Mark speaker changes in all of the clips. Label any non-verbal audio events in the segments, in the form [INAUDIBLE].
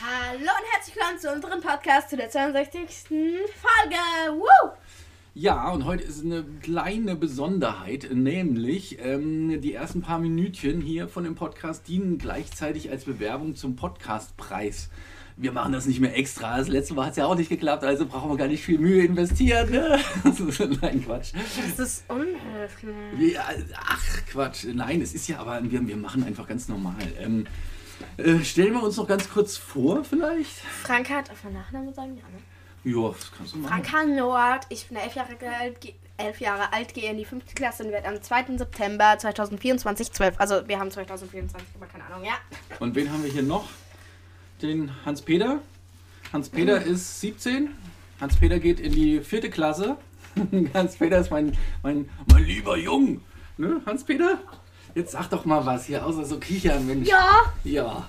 Speaker 1: und herzlich willkommen zu unserem Podcast, zu der 62. Folge. Woo!
Speaker 2: Ja, und heute ist eine kleine Besonderheit, nämlich ähm, die ersten paar Minütchen hier von dem Podcast dienen gleichzeitig als Bewerbung zum Podcastpreis. Wir machen das nicht mehr extra. Das letzte Mal hat es ja auch nicht geklappt, also brauchen wir gar nicht viel Mühe investieren. Ne? [LAUGHS] Nein, Quatsch.
Speaker 1: Das ist unhöflich.
Speaker 2: Ja, ach, Quatsch. Nein, es ist ja aber, wir, wir machen einfach ganz normal. Ähm, äh, stellen wir uns noch ganz kurz vor, vielleicht?
Speaker 1: Frank hat auf den Nachnamen sagen, ja, ne?
Speaker 2: Ja, das kannst du machen.
Speaker 1: Franka Nord, ich bin elf Jahre alt, ge- elf Jahre alt gehe in die fünfte Klasse und werde am 2. September 2024 12. Also wir haben 2024, aber keine Ahnung, ja.
Speaker 2: Und wen haben wir hier noch? Den Hans-Peter. Hans-Peter ist 17. Hans-Peter geht in die vierte Klasse. [LAUGHS] Hans-Peter ist mein, mein, mein lieber Jung. Ne, Hans-Peter? Jetzt sag doch mal was hier, außer so kichern, Mensch.
Speaker 1: Ja.
Speaker 2: Ja.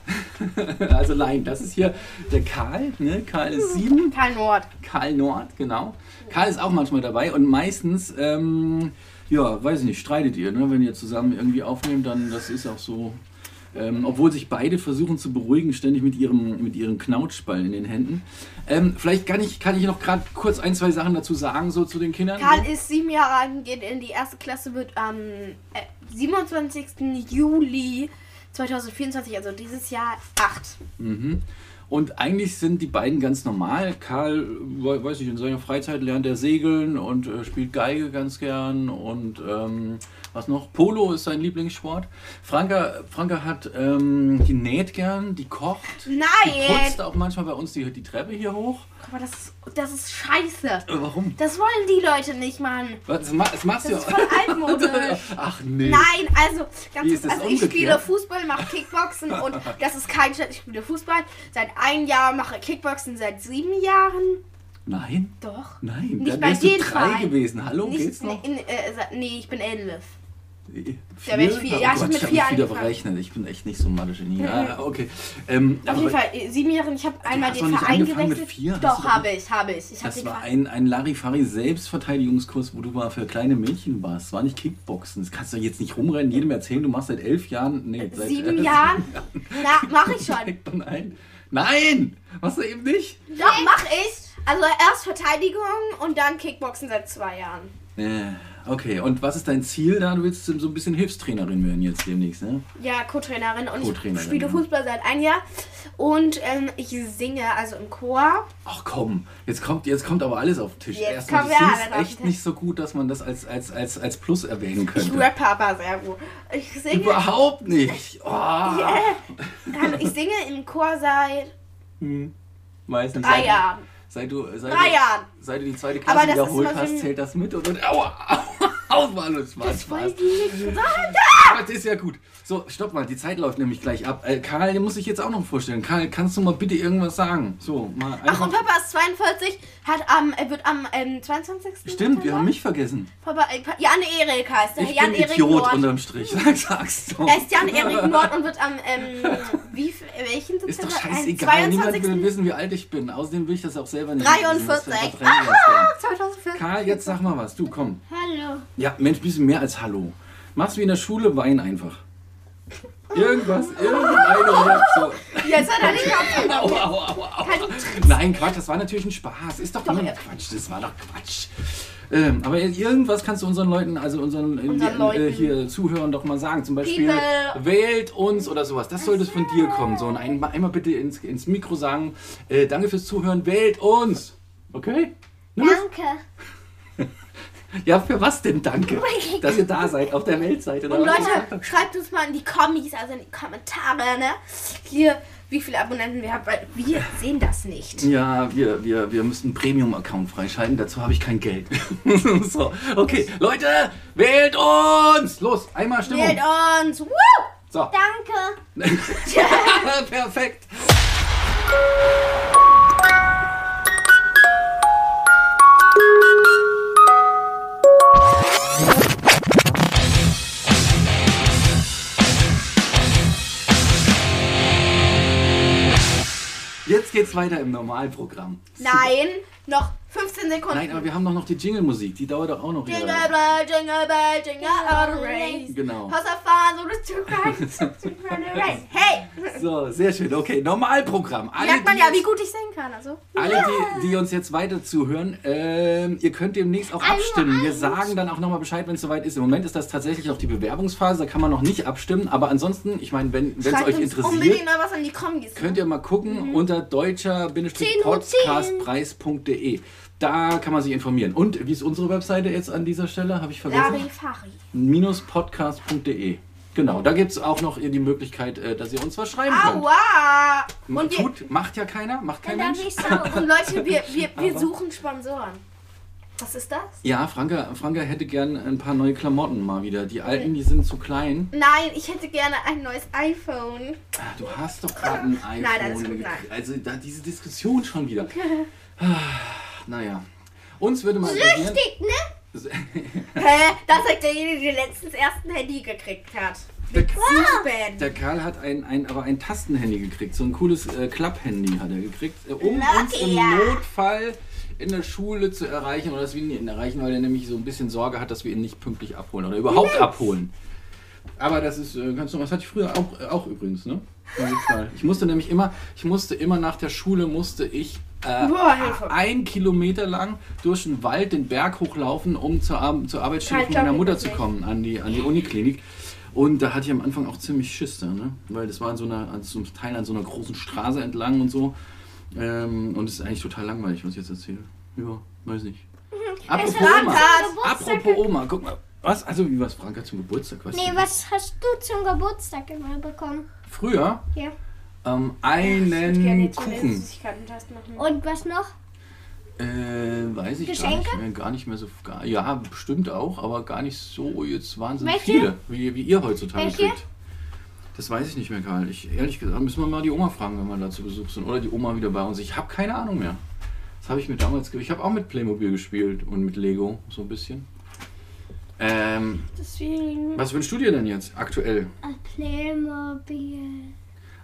Speaker 2: [LAUGHS] Also nein, das ist hier der Karl. Ne? Karl ist sieben.
Speaker 1: Karl Nord.
Speaker 2: Karl Nord, genau. Karl ist auch manchmal dabei und meistens, ähm, ja, weiß ich nicht, streitet ihr, ne? wenn ihr zusammen irgendwie aufnehmt, dann das ist auch so. Ähm, obwohl sich beide versuchen zu beruhigen, ständig mit ihrem, mit ihrem Knautschball in den Händen. Ähm, vielleicht kann ich, kann ich noch gerade kurz ein, zwei Sachen dazu sagen, so zu den Kindern.
Speaker 1: Karl ist sieben Jahre alt und geht in die erste Klasse, wird am äh, 27. Juli 2024, also dieses Jahr, acht.
Speaker 2: Mhm. Und eigentlich sind die beiden ganz normal. Karl, we- weiß ich, in seiner Freizeit lernt er segeln und äh, spielt Geige ganz gern und ähm, was noch? Polo ist sein Lieblingssport. Franka, Franka hat, ähm, die näht gern, die kocht, die
Speaker 1: Nein!
Speaker 2: putzt auch manchmal bei uns die, die Treppe hier hoch.
Speaker 1: Aber das ist, das ist scheiße.
Speaker 2: Äh, warum?
Speaker 1: Das wollen die Leute nicht, Mann.
Speaker 2: Was, ma- was machst
Speaker 1: Das ist
Speaker 2: [LAUGHS] du?
Speaker 1: voll altmodisch.
Speaker 2: [LAUGHS] Ach nee.
Speaker 1: Nein, also ganz
Speaker 2: Wie ist
Speaker 1: kurz,
Speaker 2: das
Speaker 1: also ich
Speaker 2: umgekehrt?
Speaker 1: spiele Fußball, mache Kickboxen und
Speaker 2: [LAUGHS]
Speaker 1: das ist kein Scherz. Ich spiele Fußball seit einem Jahr, mache Kickboxen seit sieben Jahren.
Speaker 2: Nein?
Speaker 1: Doch.
Speaker 2: Nein,
Speaker 1: Nicht
Speaker 2: dann
Speaker 1: bei
Speaker 2: wärst du
Speaker 1: jedem
Speaker 2: drei
Speaker 1: Verein.
Speaker 2: gewesen. Hallo, geht's
Speaker 1: Nicht,
Speaker 2: noch?
Speaker 1: in, äh, sa- nee, ich bin elf.
Speaker 2: Vier?
Speaker 1: Da wär ich vier.
Speaker 2: Oh
Speaker 1: Ja, ich
Speaker 2: Gott,
Speaker 1: hab mit vier
Speaker 2: hab mich wieder
Speaker 1: angefangen.
Speaker 2: verrechnet. Ich bin echt nicht so ein Mathe-Genie.
Speaker 1: [LAUGHS]
Speaker 2: Ja, okay. Ähm,
Speaker 1: Auf
Speaker 2: aber
Speaker 1: jeden Fall, äh, sieben Jahre, ich habe einmal
Speaker 2: hast
Speaker 1: den
Speaker 2: noch nicht
Speaker 1: Verein
Speaker 2: angefangen mit
Speaker 1: gewechselt.
Speaker 2: vier? Hast
Speaker 1: Doch,
Speaker 2: du-
Speaker 1: habe ich, habe ich. Ich habe
Speaker 2: Das
Speaker 1: den
Speaker 2: war
Speaker 1: Verein.
Speaker 2: ein, ein Larifari-Selbstverteidigungskurs, wo du mal für kleine Mädchen warst. Das war nicht Kickboxen. Das kannst du jetzt nicht rumrennen, jedem erzählen, du machst seit elf Jahren. Nee, seit
Speaker 1: Sieben
Speaker 2: äh, [LAUGHS]
Speaker 1: Jahren? Na, mache ich schon.
Speaker 2: Steigt man ein. Nein! Machst du eben nicht?
Speaker 1: Doch, mach ich. Also erst Verteidigung und dann Kickboxen seit zwei Jahren.
Speaker 2: Äh, Okay, und was ist dein Ziel da? Du willst so so ein bisschen Hilfstrainerin werden jetzt demnächst, ne?
Speaker 1: Ja, Co-Trainerin und
Speaker 2: Co-Trainerin, genau.
Speaker 1: ich spiele
Speaker 2: ja.
Speaker 1: Fußball seit einem Jahr. Und ähm, ich singe also im Chor.
Speaker 2: Ach komm, jetzt kommt, jetzt kommt aber alles auf den Tisch.
Speaker 1: Jetzt
Speaker 2: Erstmal, du
Speaker 1: kommen wir alle
Speaker 2: singst
Speaker 1: auf den
Speaker 2: echt
Speaker 1: Tisch.
Speaker 2: nicht so gut, dass man das als, als, als, als Plus erwähnen
Speaker 1: Ich
Speaker 2: könnte.
Speaker 1: rappe aber sehr gut. Ich singe,
Speaker 2: Überhaupt
Speaker 1: [LAUGHS]
Speaker 2: nicht. Oh.
Speaker 1: Hallo, ich singe im Chor seit
Speaker 2: Hm. Weiß nicht,
Speaker 1: drei
Speaker 2: seit-
Speaker 1: Jahren.
Speaker 2: Seit du, äh, seit,
Speaker 1: Drei
Speaker 2: du,
Speaker 1: Jahren.
Speaker 2: seit du die zweite
Speaker 1: Aber
Speaker 2: Klasse
Speaker 1: das ist
Speaker 2: wiederholt
Speaker 1: immer so
Speaker 2: hast,
Speaker 1: ein-
Speaker 2: zählt das mit und, und aua, [LAUGHS] aua, war nur Spaß,
Speaker 1: Das
Speaker 2: Spaß.
Speaker 1: wollte ich nicht sagen.
Speaker 2: Aber das ist ja gut. So, stopp mal, die Zeit läuft nämlich gleich ab. Äh, Karl, den muss ich jetzt auch noch vorstellen. Karl, kannst du mal bitte irgendwas sagen? So, mal
Speaker 1: Ach, und
Speaker 2: einfach.
Speaker 1: Papa ist 42, hat am, er wird am ähm, 22.
Speaker 2: Stimmt, wir haben
Speaker 1: September?
Speaker 2: mich vergessen.
Speaker 1: Papa, äh, Pa- Jan Erik heißt er.
Speaker 2: Ich
Speaker 1: Jan
Speaker 2: bin
Speaker 1: Erik
Speaker 2: Idiot
Speaker 1: Nord.
Speaker 2: unterm Strich. [LAUGHS] Sag, sag's doch.
Speaker 1: Er ist Jan Erik Nord und wird am, ähm, wie, viel- welchen
Speaker 2: Ist doch
Speaker 1: September? Äh, Ein-
Speaker 2: scheißegal. Niemand will
Speaker 1: 22.
Speaker 2: wissen, wie alt ich bin. Außerdem will ich das auch selber nicht. wissen. Das
Speaker 1: 43.
Speaker 2: verdrängt das
Speaker 1: Aha,
Speaker 2: gern.
Speaker 1: 2014.
Speaker 2: Karl, jetzt sag mal was. Du, komm.
Speaker 1: Hallo.
Speaker 2: Ja, Mensch, bisschen mehr als Hallo. Mach's wie in der Schule, wein einfach.
Speaker 1: [LAUGHS]
Speaker 2: Irgendwas, irgendeine so.
Speaker 1: Jetzt hat er nicht aufgehört.
Speaker 2: Au, au, au, au.
Speaker 1: Kein
Speaker 2: Nein, Quatsch, das war natürlich ein Spaß. Ist doch
Speaker 1: Doch,
Speaker 2: immer
Speaker 1: ja.
Speaker 2: Quatsch, das war doch Quatsch. Ähm, aber irgendwas kannst du unseren Leuten, also unseren, äh,
Speaker 1: Unseren
Speaker 2: äh,
Speaker 1: Leuten.
Speaker 2: hier Zuhörern doch mal sagen. Zum Beispiel,
Speaker 1: People.
Speaker 2: wählt uns oder sowas. Das sollte es von dir kommen. So, und ein, einmal bitte ins, ins Mikro sagen, äh, danke fürs Zuhören, wählt uns. Okay? Nimm es?
Speaker 1: Danke.
Speaker 2: Ja, für was
Speaker 1: [LAUGHS]
Speaker 2: denn danke? Dass ihr da seid, auf der Welt seid. Oder
Speaker 1: Und
Speaker 2: was?
Speaker 1: Leute, schreibt uns mal in die Kommis, also in die Kommentare, ne? Hier, wie viele Abonnenten wir haben, weil wir sehen das nicht.
Speaker 2: Ja, wir, wir, wir müssen einen Premium-Account freischalten. Dazu habe ich kein Geld. [LAUGHS] so, okay. Leute, wählt uns! Los, einmal Stimmung.
Speaker 1: Wählt uns. Woo!
Speaker 2: So,
Speaker 1: Danke.
Speaker 2: [LAUGHS] perfekt. Jetzt geht's weiter im Normalprogramm.
Speaker 1: Nein, noch 15 Sekunden.
Speaker 2: Nein, aber wir haben doch noch die Jingle-Musik, die dauert doch auch noch.
Speaker 1: Jingle
Speaker 2: ihre-
Speaker 1: bell, jingle bell, jingle all the way.
Speaker 2: Genau.
Speaker 1: House of fun, so it's too
Speaker 2: [LAUGHS]
Speaker 1: bright, so it's too bright a rain. Hey!
Speaker 2: So, sehr schön. Okay, Normalprogramm. Alle,
Speaker 1: Merkt man
Speaker 2: die
Speaker 1: ja,
Speaker 2: jetzt-
Speaker 1: wie gut ich singen kann, also.
Speaker 2: Alle, die, die uns jetzt weiter zuhören, ähm, ihr könnt demnächst auch abstimmen. Wir sagen dann auch nochmal Bescheid, wenn es soweit ist. Im Moment ist das tatsächlich noch die Bewerbungsphase, da kann man noch nicht abstimmen. Aber ansonsten, ich meine, wenn es
Speaker 1: Schreibt
Speaker 2: euch
Speaker 1: uns
Speaker 2: interessiert,
Speaker 1: unbedingt Mhm. mal was an die Kommis.
Speaker 2: könnt ihr mal gucken unter deutscher-podcastpreis.de. Da kann man sich informieren. Und wie ist unsere Webseite jetzt an dieser Stelle? Habe ich vergessen?
Speaker 1: Larifari.
Speaker 2: Minus-podcast.de. Genau, da gibt es auch noch die Möglichkeit, äh, dass ihr uns was schreiben könnt.
Speaker 1: Aua! Und, wir,
Speaker 2: Tut, macht ja keiner, macht kein
Speaker 3: Und dann
Speaker 2: Mensch.
Speaker 3: nicht
Speaker 2: [LAUGHS]
Speaker 3: sauber.
Speaker 1: und Leute, wir, wir, wir suchen Sponsoren. Was ist das?
Speaker 2: Ja, Franka, Franka hätte gern ein paar neue Klamotten mal wieder. Die alten, die sind zu klein.
Speaker 1: Nein, ich hätte gerne ein neues iPhone.
Speaker 2: Ah, Du hast doch gerade ein iPhone.
Speaker 1: Nein, alles gut, nein.
Speaker 2: Also da diese Diskussion schon
Speaker 1: [LAUGHS]
Speaker 2: wieder. Ah, naja. Uns würde mal interessieren.
Speaker 1: Richtig, ne? Hä? Das hat derjenige, der letztens erst ein Handy gekriegt hat.
Speaker 2: Der,
Speaker 1: Ah. Fußband.
Speaker 2: der Karl hat ein, ein, aber ein Tastenhandy gekriegt. So ein cooles äh, Club-Handy hat er gekriegt. Äh, um uns im
Speaker 1: Nokia.
Speaker 2: Notfall in der Schule zu erreichen oder dass wir ihn erreichen, weil er nämlich so ein bisschen Sorge hat, dass wir ihn nicht pünktlich abholen oder überhaupt abholen. Aber das ist äh, ganz normal. Das hatte ich früher auch, äh, auch übrigens, ne? Auf jeden Fall. Ich musste nämlich immer, ich musste immer nach der Schule musste ich äh,
Speaker 1: Boah, Hilfe.
Speaker 2: ein Kilometer lang durch den Wald den Berg hochlaufen, um zur, Ar zur Arbeitsstelle
Speaker 1: Ja,
Speaker 2: von
Speaker 1: glaub
Speaker 2: meiner
Speaker 1: ich
Speaker 2: Mutter
Speaker 1: das
Speaker 2: zu
Speaker 1: nicht.
Speaker 2: kommen, an die, an die Uniklinik. Und da hatte ich am Anfang auch ziemlich Schiss da, ne? Weil das war in so einer, an so einem Teil an so einer großen Straße entlang und so. Ähm, und es ist eigentlich total langweilig, was ich jetzt erzähle. Ja, weiß nicht.
Speaker 1: Mhm.
Speaker 2: Apropos
Speaker 1: war
Speaker 2: Oma.
Speaker 1: krass.
Speaker 3: Geburtstag.
Speaker 2: Apropos Oma, guck mal. Was? Also, wie was Franka zum Geburtstag? Was
Speaker 3: Nee, was hast du zum Geburtstag immer bekommen?
Speaker 2: Früher
Speaker 3: Ja.
Speaker 2: ähm,
Speaker 1: Ich würd gerne
Speaker 2: einen
Speaker 1: jetzt einen
Speaker 2: Kuchen.
Speaker 1: Süßigkeiten-Test machen.
Speaker 3: Und was noch?
Speaker 2: Äh, weiß ich
Speaker 3: Geschenke?
Speaker 2: gar nicht mehr. Gar nicht mehr so. Gar, ja, bestimmt auch, aber gar nicht so jetzt wahnsinnig
Speaker 3: Welche?
Speaker 2: viele, wie, wie ihr heutzutage
Speaker 3: Welche?
Speaker 2: kriegt. Das weiß ich nicht mehr, Karl. Ich, ehrlich gesagt, müssen wir mal die Oma fragen, wenn wir da zu Besuch sind. Oder die Oma wieder bei uns. Ich habe keine Ahnung mehr. Das habe ich mir damals ge- Ich habe auch mit Playmobil gespielt und mit Lego, so ein bisschen. Ähm,
Speaker 3: Deswegen.
Speaker 2: was wünschst du dir denn jetzt aktuell?
Speaker 3: Ein Ah, Playmobil.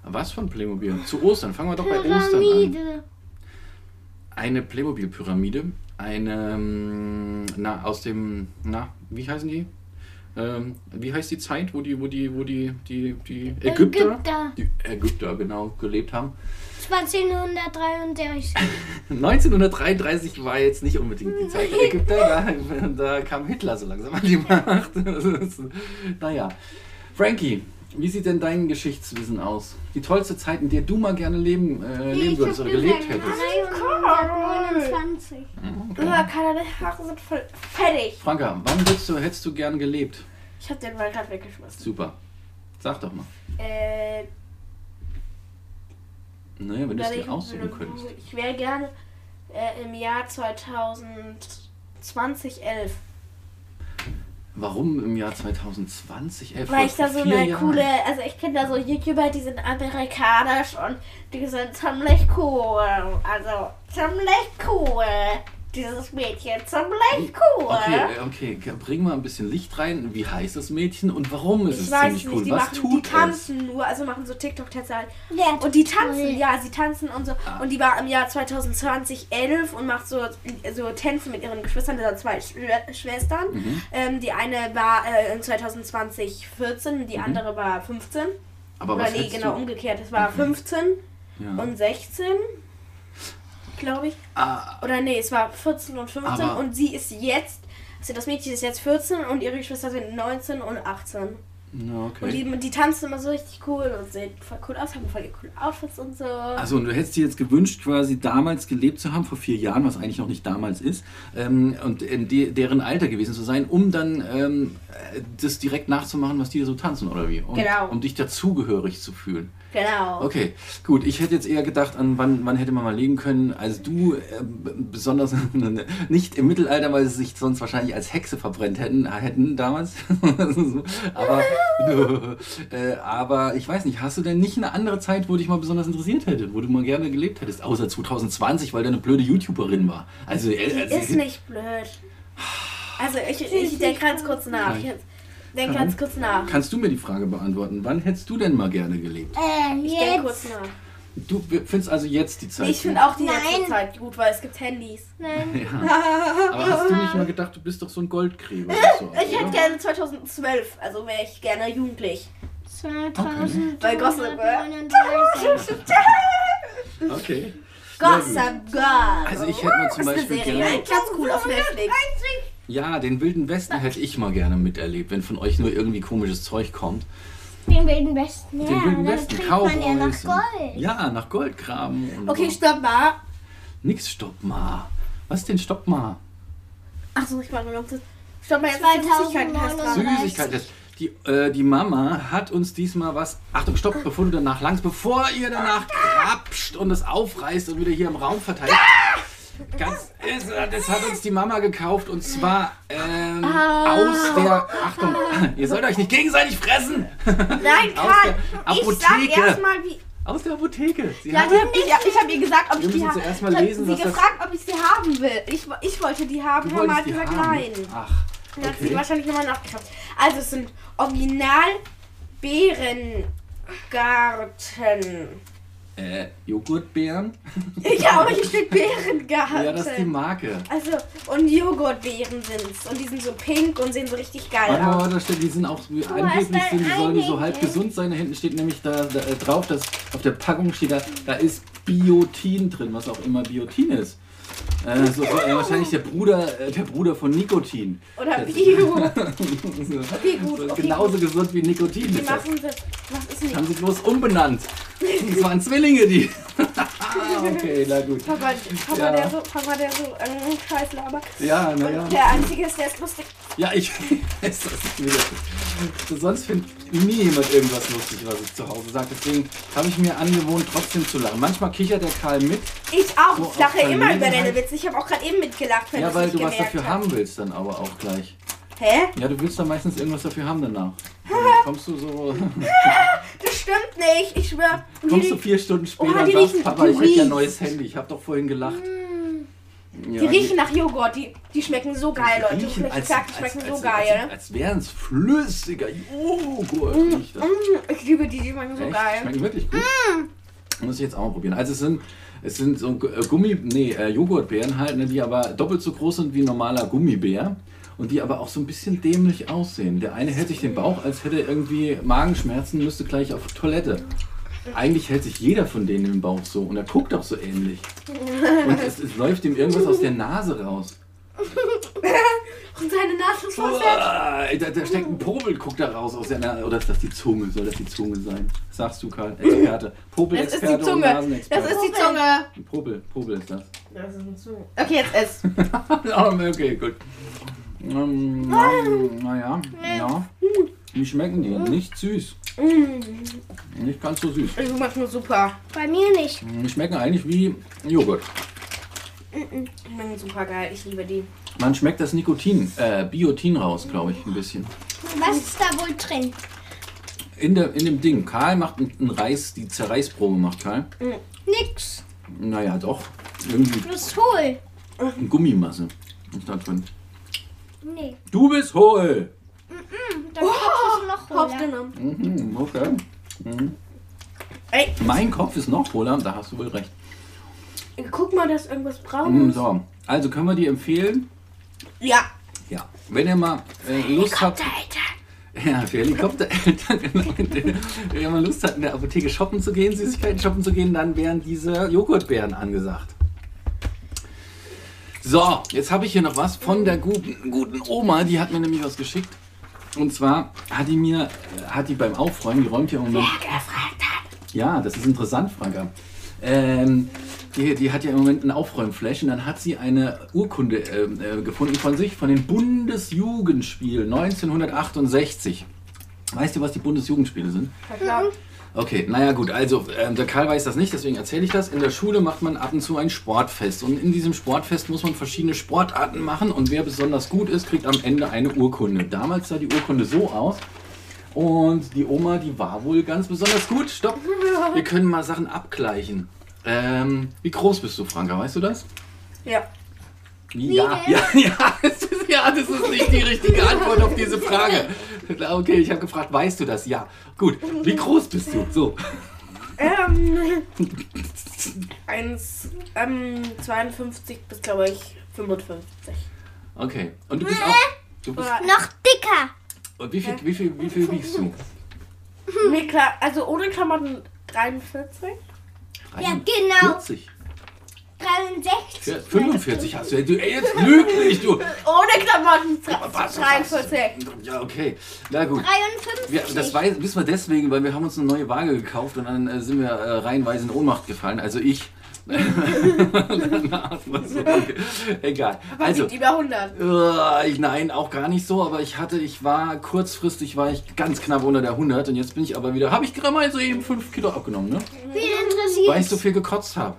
Speaker 2: Was von Playmobil? Zu Ostern. Fangen wir doch bei Ostern an.
Speaker 3: Pyramide.
Speaker 2: eine Playmobil-Pyramide, eine, ähm, na, aus dem, na, wie heißen die? Ähm, wie heißt die Zeit, wo die, wo die, wo die, die, die Ägypter,
Speaker 3: Ägypter.
Speaker 2: die Ägypter, genau, gelebt haben?
Speaker 3: 1933.
Speaker 2: 1933 war jetzt nicht unbedingt die Zeit der Ägypter, da, da kam Hitler so langsam an die Macht. [LAUGHS] Das ist- naja. Frankie, wie sieht denn dein Geschichtswissen aus? Die tollste Zeit, in der du mal gerne leben, äh, leben würdest oder gelebt hättest?
Speaker 3: 329.
Speaker 1: Uah, Carla, oh, deine Haare sind voll fettig.
Speaker 2: Franka, wann würdest du, hättest du gern gelebt?
Speaker 1: Ich hab den Ball gerade weggeschmissen.
Speaker 2: Super. Sag doch mal.
Speaker 1: Äh,
Speaker 2: Naja, wenn du es
Speaker 1: weil ich,
Speaker 2: dir aussuchen könntest.
Speaker 1: ich wäre gerne äh, im Jahr 2020, 11.
Speaker 2: Warum im Jahr 2020? Ey,
Speaker 1: Weil
Speaker 2: vor-
Speaker 1: ich da so
Speaker 2: vor vier
Speaker 1: eine
Speaker 2: Jahren.
Speaker 1: coole, also ich kenne da so YouTuber, die sind amerikanisch und die sind ziemlich cool. Also ziemlich cool. Dieses Mädchen ziemlich cool.
Speaker 2: Okay, äh, okay, ge- bring mal ein bisschen Licht rein. Wie heißt das Mädchen und warum ist
Speaker 1: Ich
Speaker 2: es
Speaker 1: weiß
Speaker 2: ziemlich
Speaker 1: nicht,
Speaker 2: cool?
Speaker 1: die,
Speaker 2: Was
Speaker 1: machen, die
Speaker 2: tut es?
Speaker 1: tanzen nur, also machen so TikTok-Tänze halt. Und die tanzen, ja, sie tanzen und so.
Speaker 2: Ah.
Speaker 1: Und die war im Jahr 2020 elf und macht so, so Tänze mit ihren Geschwistern, das sind zwei Schw- Schwestern.
Speaker 2: Mhm.
Speaker 1: Ähm, die eine war äh, in 2020 14,
Speaker 2: Mhm.
Speaker 1: die andere war 15.
Speaker 2: Aber
Speaker 1: Oder
Speaker 2: was
Speaker 1: nee,
Speaker 2: hättest
Speaker 1: genau um-
Speaker 2: du?
Speaker 1: umgekehrt. Es war 15
Speaker 2: Ja.
Speaker 1: und 16, glaube ich.
Speaker 2: ah,
Speaker 1: Oder nee, es war 14 und 15
Speaker 2: Aber-
Speaker 1: und sie ist jetzt, also das Mädchen ist jetzt 14 und ihre Geschwister sind 19 und 18.
Speaker 2: na,
Speaker 1: Und
Speaker 2: okay.
Speaker 1: die, die tanzen immer so richtig cool und sehen voll cool aus, haben voll coole Outfits und so.
Speaker 2: Also und du hättest dir jetzt gewünscht, quasi damals gelebt zu haben, vor vier Jahren, was eigentlich noch nicht damals ist, ähm, und in de deren Alter gewesen zu sein, um dann ähm, äh, das direkt nachzumachen, was die da so tanzen, oder wie? Und,
Speaker 1: Genau.
Speaker 2: Um dich dazugehörig zu fühlen.
Speaker 1: genau.
Speaker 2: Okay, gut. Ich hätte jetzt eher gedacht, an wann, wann hätte man mal leben können, als du äh, b- besonders [LAUGHS] nicht im Mittelalter, weil sie sich sonst wahrscheinlich als Hexe verbrennt hätten, äh, hätten damals. [LAUGHS] aber, [LAUGHS] äh, aber ich weiß nicht, hast du denn nicht eine andere Zeit, wo dich mal besonders interessiert hätte, wo du mal gerne gelebt hättest, außer 2020, weil du eine blöde YouTuberin war? Also, äh,
Speaker 1: Die
Speaker 2: also
Speaker 1: ist nicht blöd. Also ich, ich denke ganz kurz nach. Ich denke ganz kurz nach.
Speaker 2: kannst du mir die Frage beantworten? Wann hättest du denn mal gerne gelebt?
Speaker 3: Äh,
Speaker 1: Ich denke
Speaker 3: jetzt.
Speaker 1: kurz nach.
Speaker 2: Du findest also jetzt die Zeit.
Speaker 1: Ich finde auch die
Speaker 3: Nein.
Speaker 1: letzte Zeit gut, weil es gibt Handys.
Speaker 3: Nein.
Speaker 2: Ja. Aber hast du nicht mal gedacht, du bist doch so ein Goldgräber? oder so,
Speaker 1: Ich hätte
Speaker 2: oder?
Speaker 1: gerne 2012, also wäre ich gerne jugendlich.
Speaker 3: 2000.
Speaker 1: Bei Gossip Girl.
Speaker 2: Okay. Sehr gut.
Speaker 1: Gossip Girl.
Speaker 2: Also ich hätte mal zum
Speaker 1: oh ist eine
Speaker 2: Beispiel genau.
Speaker 1: Serie,
Speaker 2: gerne.
Speaker 1: ganz cool auf Netflix.
Speaker 2: Ja, den Wilden Westen hätte ich mal gerne miterlebt, wenn von euch nur irgendwie komisches Zeug kommt.
Speaker 3: Den wilden Westen. Ja,
Speaker 2: den Wilden
Speaker 3: da
Speaker 2: Westen,
Speaker 3: kriegt
Speaker 2: Cowboys.
Speaker 3: man ja nach
Speaker 2: und-
Speaker 3: Gold.
Speaker 2: Ja, nach Gold graben. Und
Speaker 1: Okay,
Speaker 2: so.
Speaker 1: stopp mal.
Speaker 2: Nix, stopp mal. Was denn, stopp mal?
Speaker 1: Achso, ich war nur noch... Stopp mal, jetzt ist Süßigkeiten hast dran.
Speaker 3: 2009.
Speaker 2: Süßigkeit. Die, äh, die Mama hat uns diesmal was. Achtung, stopp, bevor du danach langst, bevor ihr danach krapscht und es aufreißt und wieder hier im Raum verteilt. Ganz, ist- das hat uns die Mama gekauft und zwar ähm,
Speaker 1: Ah.
Speaker 2: aus der. Achtung, ihr sollt euch nicht gegenseitig fressen! [LAUGHS]
Speaker 1: Nein,
Speaker 2: Aus
Speaker 1: Karl,
Speaker 2: der
Speaker 1: ich sag
Speaker 2: Apotheke.
Speaker 1: erstmal, wie...
Speaker 2: Aus der Apotheke. Sie
Speaker 1: Ja,
Speaker 2: hat-
Speaker 1: die hat mich, ich habe ihr gesagt, ob
Speaker 2: Wir
Speaker 1: ich die
Speaker 2: müssen
Speaker 1: habe.
Speaker 2: zuerst
Speaker 1: Ich
Speaker 2: mal
Speaker 1: habe
Speaker 2: lesen,
Speaker 1: sie
Speaker 2: was das-
Speaker 1: gefragt, ob ich sie haben will. Ich, ich wollte die haben,
Speaker 2: du
Speaker 1: Mama
Speaker 2: wolltest
Speaker 1: hat
Speaker 2: die
Speaker 1: gesagt,
Speaker 2: haben.
Speaker 1: nein.
Speaker 2: Ach,
Speaker 1: Dann hat sie
Speaker 2: okay.
Speaker 1: wahrscheinlich nochmal nachgekauft. Also es sind Original Bärengarten.
Speaker 2: Äh, Joghurtbeeren?
Speaker 1: Ich habe hier steht Bärengarten.
Speaker 2: Ja, das ist die Marke.
Speaker 1: also, und Joghurtbeeren sind's. Und die sind so pink und sehen so richtig geil
Speaker 2: Warte mal,
Speaker 1: aus.
Speaker 2: warte, da steht, die sind auch angeblich
Speaker 3: hast
Speaker 2: sind, die
Speaker 3: ein
Speaker 2: sollen so
Speaker 3: Ei
Speaker 2: halb
Speaker 3: gekriegt.
Speaker 2: gesund sein. Da hinten steht nämlich da, da äh, drauf, dass auf der Packung steht da, da ist Biotin drin, was auch immer Biotin ist. Äh, so, so, äh, wahrscheinlich der Bruder, äh, der Bruder
Speaker 1: [LAUGHS]
Speaker 2: von Nikotin.
Speaker 1: Oder
Speaker 2: Das-
Speaker 1: Bio.
Speaker 2: So.
Speaker 1: Okay, gut,
Speaker 2: genau So,
Speaker 1: okay,
Speaker 2: Genauso gesund wie Nikotin.
Speaker 1: Die
Speaker 2: ist das.
Speaker 1: machen das. Was ist
Speaker 2: Haben
Speaker 1: nicht?
Speaker 2: sie bloß umbenannt. Das waren Zwillinge, die.
Speaker 1: [LAUGHS]
Speaker 2: Ah, okay, na gut.
Speaker 1: Papa, Papa,
Speaker 2: Ja.
Speaker 1: der so, Papa, der so ähm, Scheiß labert.
Speaker 2: Ja, naja.
Speaker 1: Und der Einzige ist, der ist lustig.
Speaker 2: Ja, ich [LAUGHS] weiß das wieder. So, Sonst findet nie jemand irgendwas lustig, was ich zu Hause sage. Deswegen habe ich mir angewohnt, trotzdem zu lachen. Manchmal kichert der Karl mit,
Speaker 1: Ich auch.
Speaker 2: So,
Speaker 1: ich lache
Speaker 2: auf
Speaker 1: immer über
Speaker 2: Verlegenheit.
Speaker 1: deine Witze. Ich habe auch gerade eben mitgelacht, wenn
Speaker 2: ja,
Speaker 1: du's
Speaker 2: weil
Speaker 1: nicht
Speaker 2: du was
Speaker 1: gemerkt
Speaker 2: dafür
Speaker 1: hast.
Speaker 2: haben willst dann aber auch gleich.
Speaker 1: Hä?
Speaker 2: Ja, du willst dann meistens irgendwas dafür haben danach. [LAUGHS] Dann kommst du
Speaker 1: [LAUGHS]
Speaker 2: so,
Speaker 1: Das stimmt nicht. Ich schwöre.
Speaker 2: kommst du vier Stunden später
Speaker 1: Oha,
Speaker 2: und
Speaker 1: Oh, die
Speaker 2: sagst,
Speaker 1: riechen-
Speaker 2: Papa,
Speaker 1: die
Speaker 2: ich hätte ja ein
Speaker 1: riechen.
Speaker 2: neues Handy, ich habe doch vorhin gelacht. Ja,
Speaker 1: Die riechen nach Joghurt, die, die schmecken so geil, Leute. Die
Speaker 2: riechen
Speaker 1: schmecken,
Speaker 2: als,
Speaker 1: zack, die
Speaker 2: als, als,
Speaker 1: schmecken
Speaker 2: als,
Speaker 1: so geil.
Speaker 2: als, als wären es flüssiger Joghurt. riecht das.
Speaker 1: Mm, ich liebe die, die schmecken so
Speaker 2: Echt?
Speaker 1: geil. Mm.
Speaker 2: Schmecken wirklich gut. Muss ich jetzt auch mal probieren. Also es sind, es sind so Gu- äh, Gummi, nee, äh, Joghurtbeeren halt, ne, die aber doppelt so groß sind wie ein normaler Gummibär. Und die aber auch so ein bisschen dämlich aussehen. Der eine hält sich den Bauch, als hätte er irgendwie Magenschmerzen, müsste gleich auf Toilette. Eigentlich hält sich jeder von denen den Bauch so und er guckt auch so ähnlich. Und es, es läuft ihm irgendwas aus der Nase raus.
Speaker 1: Und seine Nase ist voll fett.
Speaker 2: Uah, da, da steckt ein Popel, guckt da raus aus der Nase. Oder ist das die Zunge? Soll das die Zunge sein? Was sagst du, Karl?
Speaker 1: Das
Speaker 2: Experte.
Speaker 1: ist die
Speaker 2: Popelexperte und
Speaker 1: Zunge. Das
Speaker 2: Nasenexperte.
Speaker 1: ist die Zunge.
Speaker 2: Popel, Popel ist das. [LAUGHS]
Speaker 1: Das ist eine Zunge. Okay, jetzt ess.
Speaker 2: Ah, okay, gut. Ähm, naja, ja. Wie schmecken die? Nicht süß.
Speaker 1: Mm,
Speaker 2: Nicht ganz so süß.
Speaker 1: du machst nur super.
Speaker 3: Bei mir nicht.
Speaker 2: Die schmecken eigentlich wie Joghurt.
Speaker 1: Die schmecken super geil. Ich liebe die.
Speaker 2: Man schmeckt das Nikotin, äh, Biotin raus, glaube ich, ein bisschen.
Speaker 3: Was ist da wohl drin?
Speaker 2: In, der, in dem Ding. Karl macht einen Reis, die Zerreißprobe macht Karl.
Speaker 3: Nix.
Speaker 2: Naja, doch. Irgendwie
Speaker 3: Bloß hohl.
Speaker 2: Eine Gummimasse ist da drin.
Speaker 3: Nee.
Speaker 2: Du bist hohl!
Speaker 3: Dann kommt es noch
Speaker 1: Hops
Speaker 3: hohler.
Speaker 1: genommen.
Speaker 2: Mhm, okay.
Speaker 1: Ey,
Speaker 2: Mein Kopf ist noch hohler, da hast du wohl recht.
Speaker 1: guck mal, da ist irgendwas
Speaker 2: Mhm,
Speaker 1: Braunes.
Speaker 2: so, also können wir die empfehlen?
Speaker 1: Ja.
Speaker 2: Ja. Wenn ihr mal äh, Lust habt. Ja, für Helikoptereltern, genau. [LAUGHS] Wenn ihr mal Lust habt, in der Apotheke shoppen zu gehen, Süßigkeiten shoppen zu gehen, dann wären diese Joghurtbeeren angesagt. So, jetzt habe ich hier noch was von der guten, guten Oma, die hat mir nämlich was geschickt. Und zwar hat die mir, äh, hat die beim Aufräumen, die räumt ja im Moment. Ja, das ist interessant, Franka. Ähm, die, die hat ja im Moment einen Aufräumflash und dann hat sie eine Urkunde ähm, äh, gefunden von sich, von den Bundesjugendspielen 1968. Weißt du, was die Bundesjugendspiele sind?
Speaker 1: Mhm.
Speaker 2: Okay, naja gut, also ähm, der Karl weiß das nicht, deswegen erzähle ich das. In der Schule macht man ab und zu ein Sportfest und in diesem Sportfest muss man verschiedene Sportarten machen und wer besonders gut ist, kriegt am Ende eine Urkunde. Damals sah die Urkunde so aus und die Oma, die war wohl ganz besonders gut. Stopp, wir können mal Sachen abgleichen. Ähm, wie groß bist du, Franka, weißt du das?
Speaker 1: Ja.
Speaker 2: Wie? Ja, ja, [LAUGHS] ja, das ist, ja, das ist nicht die richtige Antwort auf diese Frage. Okay, ich habe gefragt, weißt du das? Ja. Gut, wie groß bist du? So.
Speaker 1: Ähm, [LAUGHS] 1, ähm, 52 bis, glaube ich, 55.
Speaker 2: Okay. Und du bist auch. Du bist,
Speaker 1: Oder
Speaker 3: Noch dicker.
Speaker 2: und wie viel, wie viel, wie viel wiegst du?
Speaker 1: mit Kla also ohne Klamotten 43.
Speaker 3: Ja, genau.
Speaker 2: 40.
Speaker 3: 63.
Speaker 2: 45 hast du. ja. du ey, jetzt lüg nicht, du.
Speaker 1: Ohne Klamotten dre-
Speaker 2: Was, was?
Speaker 1: 43.
Speaker 2: Ja, okay. Na gut.
Speaker 3: 53.
Speaker 2: Wir, das weiß, wissen wir deswegen, weil wir haben uns eine neue Waage gekauft und dann äh, sind wir äh, reihenweise in Ohnmacht gefallen. Also ich. [LAUGHS] Danach war so, okay. Egal.
Speaker 1: Man
Speaker 2: Also,
Speaker 1: sieht über 100.
Speaker 2: äh, ich, nein, auch gar nicht so, aber ich hatte, ich war kurzfristig, war ich ganz knapp unter der 100 und jetzt bin ich aber wieder, habe ich gerade mal so eben 5 Kilo abgenommen, ne?
Speaker 3: Wen interessiert
Speaker 2: Weil ich so viel gekotzt habe.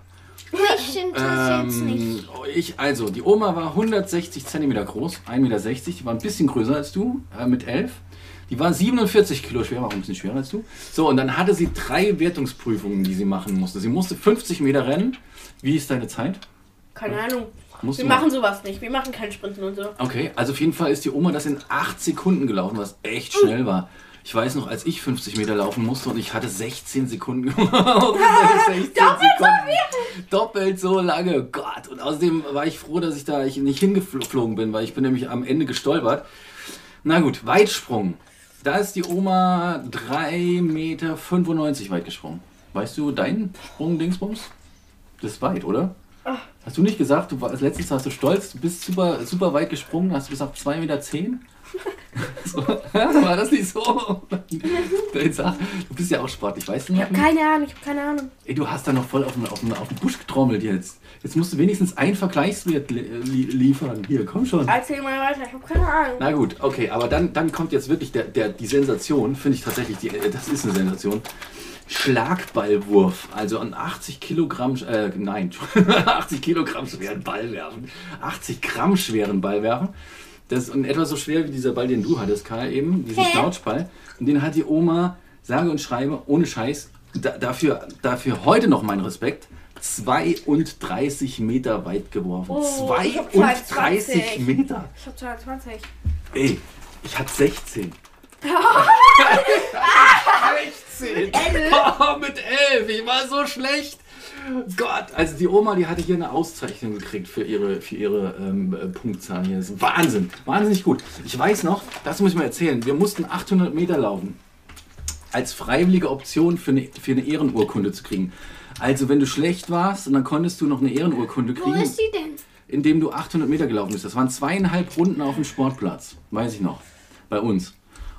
Speaker 3: Mich interessiert es nicht.
Speaker 2: Ähm, ich, also, die Oma war 160 cm groß, 1,60 Meter, die war ein bisschen größer als du, äh, mit 11. Die war 47 Kilo schwer, war auch ein bisschen schwerer als du. So, und dann hatte sie drei Wertungsprüfungen, die sie machen musste. Sie musste 50 Meter rennen. Wie ist deine Zeit?
Speaker 1: Keine Ahnung.
Speaker 2: Musst
Speaker 1: Wir
Speaker 2: du mal-
Speaker 1: machen sowas nicht. Wir machen keinen Sprinten und so.
Speaker 2: Okay, also auf jeden Fall ist die Oma das in 8 Sekunden gelaufen, was echt schnell war. Ich weiß noch, als ich 50 Meter laufen musste und ich hatte 16 Sekunden [LAUGHS] gebraucht. 16 Sekunden. Doppelt so lange. Gott. Und außerdem war ich froh, dass ich da ich nicht hingeflogen bin, weil ich bin nämlich am Ende gestolpert. Na gut, Weitsprung. Da ist die Oma 3,95 Meter weit gesprungen. Weißt du deinen Sprung, Dingsbums? Das ist weit, oder? Hast du nicht gesagt, du warst letztens warst du stolz, du bist super, super weit gesprungen, hast du gesagt 2,10 Meter? So, [LAUGHS] war das nicht so? [LAUGHS] Dein Sach- Du bist ja auch sportlich, weißt du noch? wie-
Speaker 1: Keine Ahnung, ich habe keine Ahnung.
Speaker 2: Ey, du hast da noch voll auf den, auf, den, auf den Busch getrommelt jetzt. Jetzt musst du wenigstens einen Vergleichswert li li liefern. Hier, komm schon.
Speaker 1: Erzähl mal weiter, ich habe keine Ahnung.
Speaker 2: Na gut, okay, aber dann, dann kommt jetzt wirklich der, der, die Sensation, finde ich tatsächlich, die, äh, das ist eine Sensation. Schlagballwurf, also an 80 Kilogramm, sch- äh, nein, [LAUGHS] 80 Kilogramm schweren Ball werfen. 80 Gramm schweren Ball werfen. Das ist und etwa so schwer wie dieser Ball, den du hattest, Karl, eben, diesen
Speaker 3: Hä?
Speaker 2: Knautschball. Und den hat die Oma, sage und schreibe, ohne Scheiß, da, dafür, dafür heute noch mein Respekt, 32 Meter weit geworfen.
Speaker 1: Oh, ich hab
Speaker 2: 32
Speaker 1: 22.
Speaker 2: Meter.
Speaker 1: Ich habe 22.
Speaker 2: Ey, ich hatte 16. 16! [LAUGHS] Oh, mit 11! Ich war so schlecht! Gott, also die Oma, die hatte hier eine Auszeichnung gekriegt für ihre, für ihre ähm, äh, Punktzahlen hier. Das ist Wahnsinn, wahnsinnig gut. Ich weiß noch, das muss ich mal erzählen, wir mussten 800 Meter laufen. Als freiwillige Option für eine, für eine Ehrenurkunde zu kriegen. Also wenn du schlecht warst, und dann konntest du noch eine Ehrenurkunde
Speaker 3: Wo
Speaker 2: kriegen
Speaker 3: ist die denn?
Speaker 2: indem du 800 Meter gelaufen bist. Das waren zweieinhalb Runden auf dem Sportplatz, weiß ich noch, bei uns.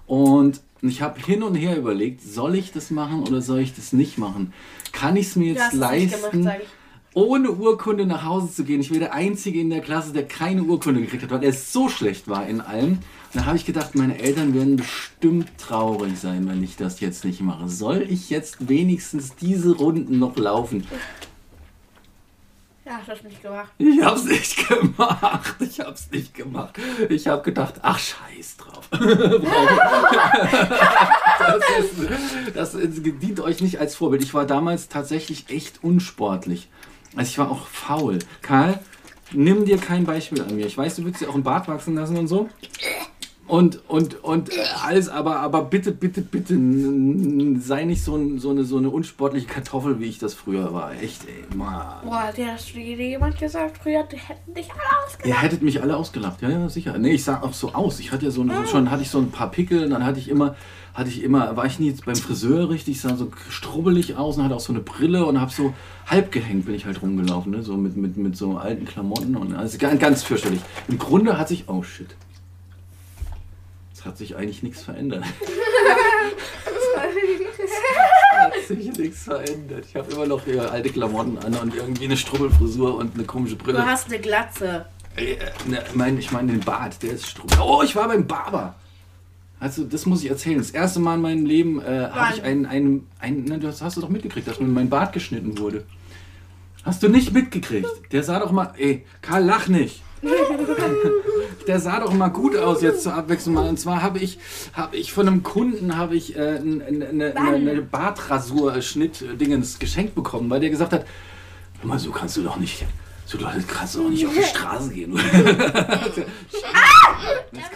Speaker 2: Und ich habe hin und her überlegt, soll ich das machen oder soll ich das nicht machen? Kann ich es mir
Speaker 1: Du hast
Speaker 2: jetzt
Speaker 1: es nicht
Speaker 2: leisten,
Speaker 1: gemacht, sag ich.
Speaker 2: ohne Urkunde nach Hause zu gehen? Ich wäre der Einzige in der Klasse, der keine Urkunde gekriegt hat, weil er so schlecht war in allem. Und dann habe ich gedacht, meine Eltern werden bestimmt traurig sein, wenn ich das jetzt nicht mache. Soll ich jetzt wenigstens diese Runden noch laufen?
Speaker 1: Ja, ich hab's nicht gemacht.
Speaker 2: Ich hab's nicht gemacht. Ich hab's nicht gemacht. Ich hab gedacht, ach scheiß drauf. [LAUGHS] das, ist, das dient euch nicht als Vorbild. Ich war damals tatsächlich echt unsportlich. Also ich war auch faul. Karl, nimm dir kein Beispiel an mir. Ich weiß, du willst dir auch ein Bart wachsen lassen und so. Und, und, und äh, alles, aber, aber bitte, bitte, bitte, n- n- sei nicht so, ein, so, eine, so eine unsportliche Kartoffel, wie ich das früher war. Echt, ey, Mann.
Speaker 1: Boah, dir hast du dir jemand gesagt, früher die hätten dich alle ausgelacht.
Speaker 2: Ihr hättet mich alle ausgelacht, ja, ja, sicher. Nee, ich sah auch so aus. Ich hatte ja so ein,
Speaker 1: Ah.
Speaker 2: schon hatte ich so ein paar Pickel, dann hatte ich immer, hatte ich immer, war ich nie beim Friseur richtig, sah so strubbelig aus und hatte auch so eine Brille und hab so halb gehängt bin ich halt rumgelaufen, ne? So mit, mit, mit so alten Klamotten und also ganz, ganz fürchterlich. Im Grunde hat sich, oh shit. Es hat sich eigentlich nichts verändert.
Speaker 1: [LAUGHS]
Speaker 2: Es hat sich nichts verändert. Ich habe immer noch äh, alte Klamotten an und irgendwie eine Strubbelfrisur und eine komische Brille.
Speaker 1: Du hast eine Glatze.
Speaker 2: Äh, ne, mein, ich meine den Bart, der ist strupp. Oh, ich war beim Barber. Also, das muss ich erzählen. Das erste Mal in meinem Leben äh, habe ich einen, einen, einen na, du hast, hast du doch mitgekriegt, dass mir mein Bart geschnitten wurde. Hast du nicht mitgekriegt? Der sah doch mal, ey, Karl, lach nicht. [LAUGHS] Der sah doch mal gut aus jetzt zur Abwechslung mal. Und zwar habe ich, habe ich von einem Kunden habe ich äh, n- n- eine, eine, eine Bartrasur-Schnitt-Dingens geschenkt bekommen, weil der gesagt hat, Hör mal, so kannst du doch nicht.
Speaker 1: Ah!
Speaker 2: So du kannst du doch nicht auf die Straße gehen. Jetzt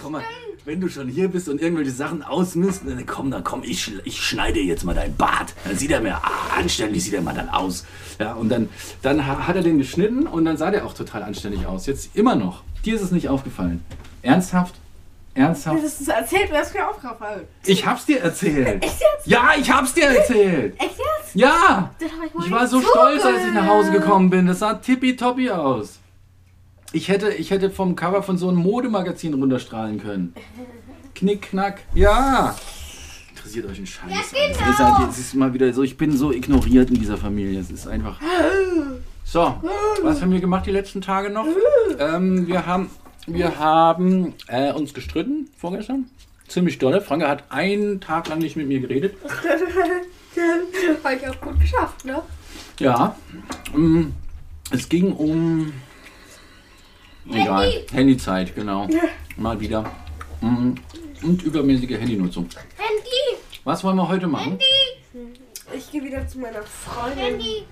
Speaker 2: komm mal. wenn du schon hier bist und irgendwelche Sachen ausmisst, dann komm, dann komm, ich, schl- ich schneide jetzt mal dein Bart. Dann sieht er mir, ah, anständig sieht er mal dann aus. Ja, und dann, dann ha- hat er den geschnitten und dann sah der auch total anständig aus. Jetzt immer noch. Dir ist es nicht aufgefallen. Ernsthaft? Ernsthaft?
Speaker 1: Das ist erzählt, wer es mir [LAUGHS] aufgefallen.
Speaker 2: Ich hab's dir erzählt.
Speaker 1: Echt jetzt?
Speaker 2: Ja, ich hab's dir erzählt.
Speaker 1: Echt jetzt?
Speaker 2: Ja!
Speaker 1: Das hab ich wohl
Speaker 2: Ich war
Speaker 1: nicht
Speaker 2: so stolz, als ich nach Hause
Speaker 1: zugehört.
Speaker 2: gekommen bin. Das sah tippitoppi aus. Ich hätte, ich hätte vom Cover von so einem Modemagazin runterstrahlen können. Knick, knack. Ja! Interessiert euch ein Scheiß.
Speaker 3: genau.
Speaker 2: Es ist, halt, es ist mal wieder so, ich bin so ignoriert in dieser Familie. Es ist einfach. So, was haben wir gemacht die letzten Tage noch? Ähm, wir haben, wir haben äh, uns gestritten vorgestern. Ziemlich dolle. Franke hat einen Tag lang nicht mit mir geredet.
Speaker 1: Habe ich auch gut geschafft, ne?
Speaker 2: Ja, ähm, es ging um. Egal, Handyzeit, genau. Mal wieder. Mhm. Und übermäßige Handynutzung.
Speaker 3: Handy,
Speaker 2: Was wollen wir heute machen?
Speaker 1: Ich gehe wieder zu meiner Freundin.
Speaker 3: Handy.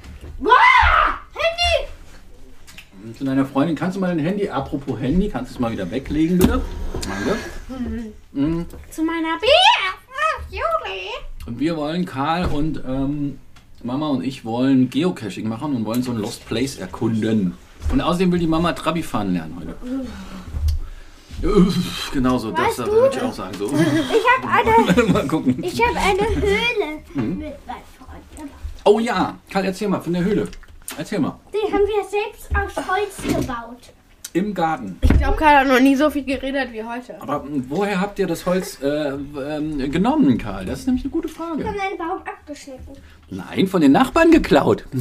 Speaker 2: Zu deiner Freundin, kannst du mal dein Handy, apropos Handy, kannst du es mal wieder weglegen, bitte? Danke.
Speaker 1: Zu meiner B.
Speaker 3: ah, Juli.
Speaker 2: Und wir wollen, Karl und ähm, Mama und ich wollen Geocaching machen und wollen so ein Lost Place erkunden. Und außerdem will die Mama Trabi fahren lernen heute. Uff, Genau so, das
Speaker 3: Weißt du-
Speaker 2: würde ich auch sagen. So. [LAUGHS]
Speaker 3: Ich habe eine,
Speaker 2: mal gucken.
Speaker 3: ich habe eine Höhle
Speaker 2: Mhm.
Speaker 3: mit meinen Freunden.
Speaker 2: Oh ja, Karl, erzähl mal von der Höhle. Erzähl mal.
Speaker 3: Die haben wir selbst aus Holz gebaut.
Speaker 2: Im Garten.
Speaker 1: Ich glaube, Karl hat noch nie so viel geredet wie heute.
Speaker 2: Aber m, woher habt ihr das Holz äh, ähm, genommen, Karl? Das ist nämlich eine gute
Speaker 3: Wir
Speaker 2: Frage.
Speaker 3: haben einen Baum abgeschnitten.
Speaker 2: Nein, von den Nachbarn geklaut. [LAUGHS]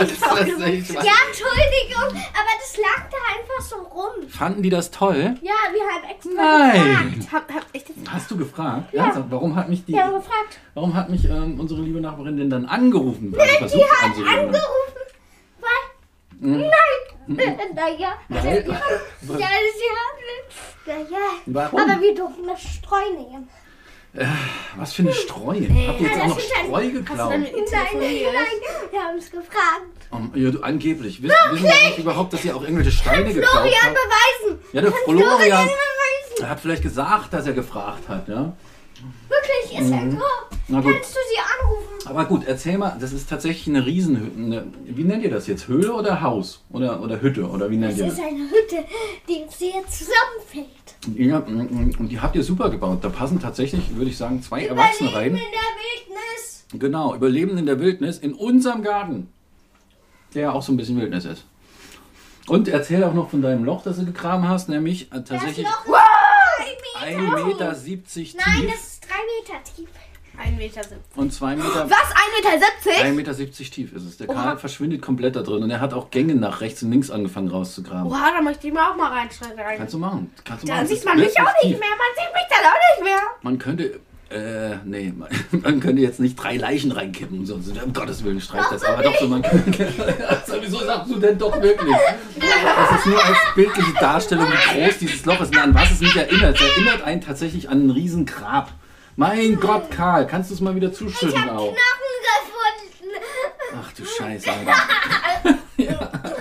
Speaker 2: Das ist echt wahr.
Speaker 3: Ja, Entschuldigung, aber das lag da einfach so rum.
Speaker 2: Fanden die das toll?
Speaker 3: Ja, wir haben extra gefragt.
Speaker 2: Nein.
Speaker 1: Hab, hab ich das
Speaker 2: Hast du gefragt? Ernsthaft, warum hat mich die,
Speaker 3: Wir haben gefragt.
Speaker 2: warum hat mich ähm, unsere liebe Nachbarin denn dann angerufen? Weil ich versucht anzurufen. habe?
Speaker 3: Angerufen,
Speaker 2: Hm?
Speaker 3: weil. Nein! Naja,
Speaker 2: Weil-
Speaker 3: ja, sie hat. Naja. Aber
Speaker 2: Warum?
Speaker 3: wir durften das Streu nehmen.
Speaker 2: Was für eine Streue? Habt ihr jetzt auch
Speaker 3: Ja, das
Speaker 2: noch
Speaker 3: ist ein-
Speaker 2: Streu
Speaker 1: hast du
Speaker 2: geklaut?
Speaker 1: denn mit ihr
Speaker 3: Nein,
Speaker 1: telefoniert?
Speaker 3: nein, wir haben es gefragt.
Speaker 2: Um, ja, du, angeblich. Wissen, wissen wir eigentlich überhaupt, dass ihr auch irgendwelche Steine geklaut
Speaker 3: Florian
Speaker 2: habt?
Speaker 3: beweisen!
Speaker 2: Ja, der
Speaker 3: Kannst
Speaker 2: Florian-
Speaker 3: beweisen!
Speaker 2: Er hat vielleicht gesagt, dass er gefragt hat, ja?
Speaker 3: Wirklich, ist er grob.
Speaker 2: Mhm. Na gut.
Speaker 3: Kannst du sie anrufen?
Speaker 2: Aber gut, erzähl mal, das ist tatsächlich eine Riesenhütte. Eine, wie nennt ihr das jetzt? Höhle oder Haus? Oder, oder Hütte? Oder wie nennt ihr
Speaker 3: Das ist
Speaker 2: das?
Speaker 3: eine Hütte, die sehr zusammenfällt.
Speaker 2: Ja, mm, mm, und die habt ihr super gebaut. Da passen tatsächlich, würde ich sagen, zwei Erwachsene
Speaker 3: Überleben
Speaker 2: rein.
Speaker 3: in der Wildnis.
Speaker 2: Genau, Überleben in der Wildnis in unserem Garten. Der ja auch so ein bisschen Wildnis ist. Und erzähl auch noch von deinem Loch, das du gegraben hast, nämlich äh,
Speaker 3: Das
Speaker 2: tatsächlich
Speaker 3: Loch ist
Speaker 2: 1,70
Speaker 3: 3 Meter
Speaker 2: Meter
Speaker 3: tief.
Speaker 2: tief
Speaker 3: Nein, das ist 3 Meter tief.
Speaker 1: 1,70 Meter. siebzig.
Speaker 2: und 2
Speaker 3: Oh,
Speaker 2: Meter.
Speaker 1: Was? 1,70
Speaker 2: 1,70
Speaker 1: Meter?
Speaker 2: Meter tief ist es. Der Karl verschwindet komplett da drin und er hat auch Gänge nach rechts und links angefangen rauszugraben.
Speaker 1: Oha, da möchte ich mir auch mal reinschreiben.
Speaker 2: Kannst du machen. Kannst du
Speaker 1: Da
Speaker 2: machen. Das
Speaker 1: sieht
Speaker 2: ist
Speaker 1: man mich
Speaker 2: wirklich
Speaker 1: auch
Speaker 2: tief.
Speaker 1: nicht mehr. Man sieht mich dann auch nicht mehr.
Speaker 2: Man könnte. Äh, nee, man, [LAUGHS] man könnte jetzt nicht drei Leichen reinkippen, sonst, um Gottes Willen, streicht das. Aber doch so, man könnte. [LAUGHS] Also, wieso sagst du denn doch wirklich? Das ist nur als bildliche Darstellung, wie groß dieses Loch ist und an was es mich erinnert. Es erinnert einen tatsächlich an ein Riesengrab. Mein Gott, Karl, kannst du es mal wieder zuschütten auch?
Speaker 3: Knochen gefunden.
Speaker 2: Ach du Scheiße. Alter. [LAUGHS]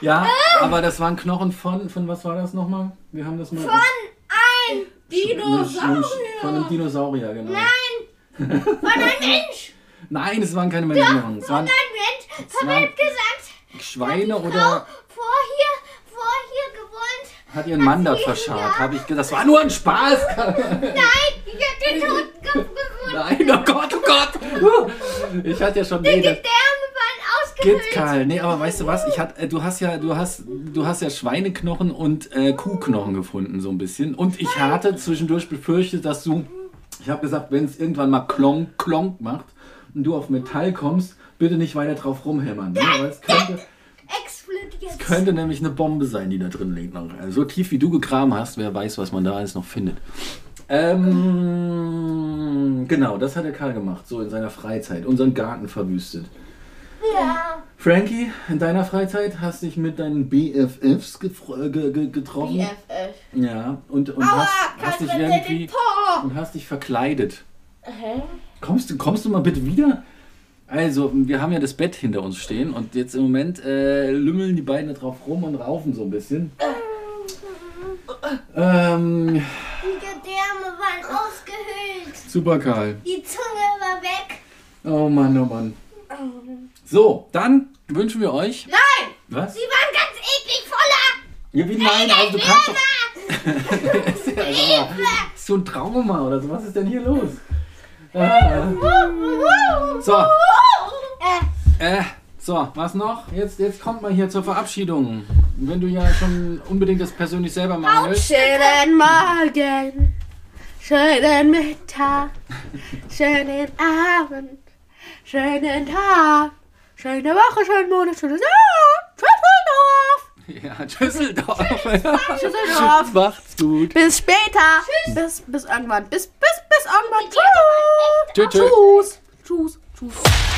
Speaker 2: ja. ja, aber das waren Knochen von, von was war das nochmal? Wir haben das mal. Von
Speaker 3: Ein,
Speaker 2: Dinosaurier. Von einem Dinosaurier, genau.
Speaker 3: nein. Von einem Mensch.
Speaker 2: Nein, es waren keine Menschen. Es [LAUGHS] waren
Speaker 3: Ein Mensch. Von
Speaker 2: waren-
Speaker 3: einem gesagt.
Speaker 2: Schweine
Speaker 3: Frau,
Speaker 2: oder
Speaker 3: vorher, vorher gewohnt.
Speaker 2: hat ihr einen Mann dort verscharrt? Hab ich ge- das war nur ein Spaß. [LAUGHS]
Speaker 3: Nein, ich hab den Toten gefunden.
Speaker 2: Nein, oh Gott, oh Gott. Ich hatte ja schon. Nee, das,
Speaker 3: Die Därme waren
Speaker 2: Geht,
Speaker 3: ausgefüllt.
Speaker 2: Karl. Nee, aber weißt du was? Ich hat, äh, du hast ja, du hast, du hast ja Schweineknochen und äh, Kuhknochen gefunden, so ein bisschen. Und ich hatte zwischendurch befürchtet, dass du, ich habe gesagt, wenn es irgendwann mal klonk, klonk macht und du auf Metall kommst, bitte nicht weiter drauf rumhämmern. Ne? Weil es könnte,
Speaker 3: Explodiert.
Speaker 2: könnte nämlich eine Bombe sein, die da drin liegt. Noch. Also So tief wie du gegraben hast, wer weiß, was man da alles noch findet. Ähm, genau, das hat der Karl gemacht, so in seiner Freizeit, unseren Garten verwüstet.
Speaker 3: Ja.
Speaker 2: Frankie, in deiner Freizeit hast dich mit deinen BFFs gefro- ge ge getroffen.
Speaker 1: BFF.
Speaker 2: Ja, und, und
Speaker 1: Aua,
Speaker 2: hast, hast dich irgendwie und hast dich verkleidet.
Speaker 1: Hä?
Speaker 2: Kommst du, kommst du mal bitte wieder? Also, wir haben ja das Bett hinter uns stehen und jetzt im Moment äh, lümmeln die beiden da drauf rum und raufen so ein bisschen. Ähm,
Speaker 3: Die Gedärme waren ausgehöhlt.
Speaker 2: super, Karl.
Speaker 3: Die Zunge war weg.
Speaker 2: Oh Mann, oh Mann. So, dann wünschen wir euch.
Speaker 3: Nein!
Speaker 2: Was?
Speaker 3: Die waren ganz eklig voller.
Speaker 2: Ja, wie nein, also du kannst doch. Das ist [LAUGHS] ja Trauma. Das ist so ein Trauma oder so. Was ist denn hier los? Ah. So. Äh, so, was noch? Jetzt, jetzt kommt mal hier zur Verabschiedung. Wenn du ja schon unbedingt das persönlich selber machen willst. [LAUGHS]
Speaker 1: Schönen Morgen, schönen Mittag, schönen Abend, schönen Tag, schöne Woche, schönen Monat, schönes Jahr. Tschüsseldorf.
Speaker 2: Ja, Düsseldorf.
Speaker 1: Düsseldorf.
Speaker 2: Macht's gut.
Speaker 1: Bis später. Bis, bis irgendwann. Bis, bis, bis irgendwann.
Speaker 3: Die waren echt
Speaker 2: Tschüss.
Speaker 1: Tschüss. Tschüss. Tschüss. Tschüss.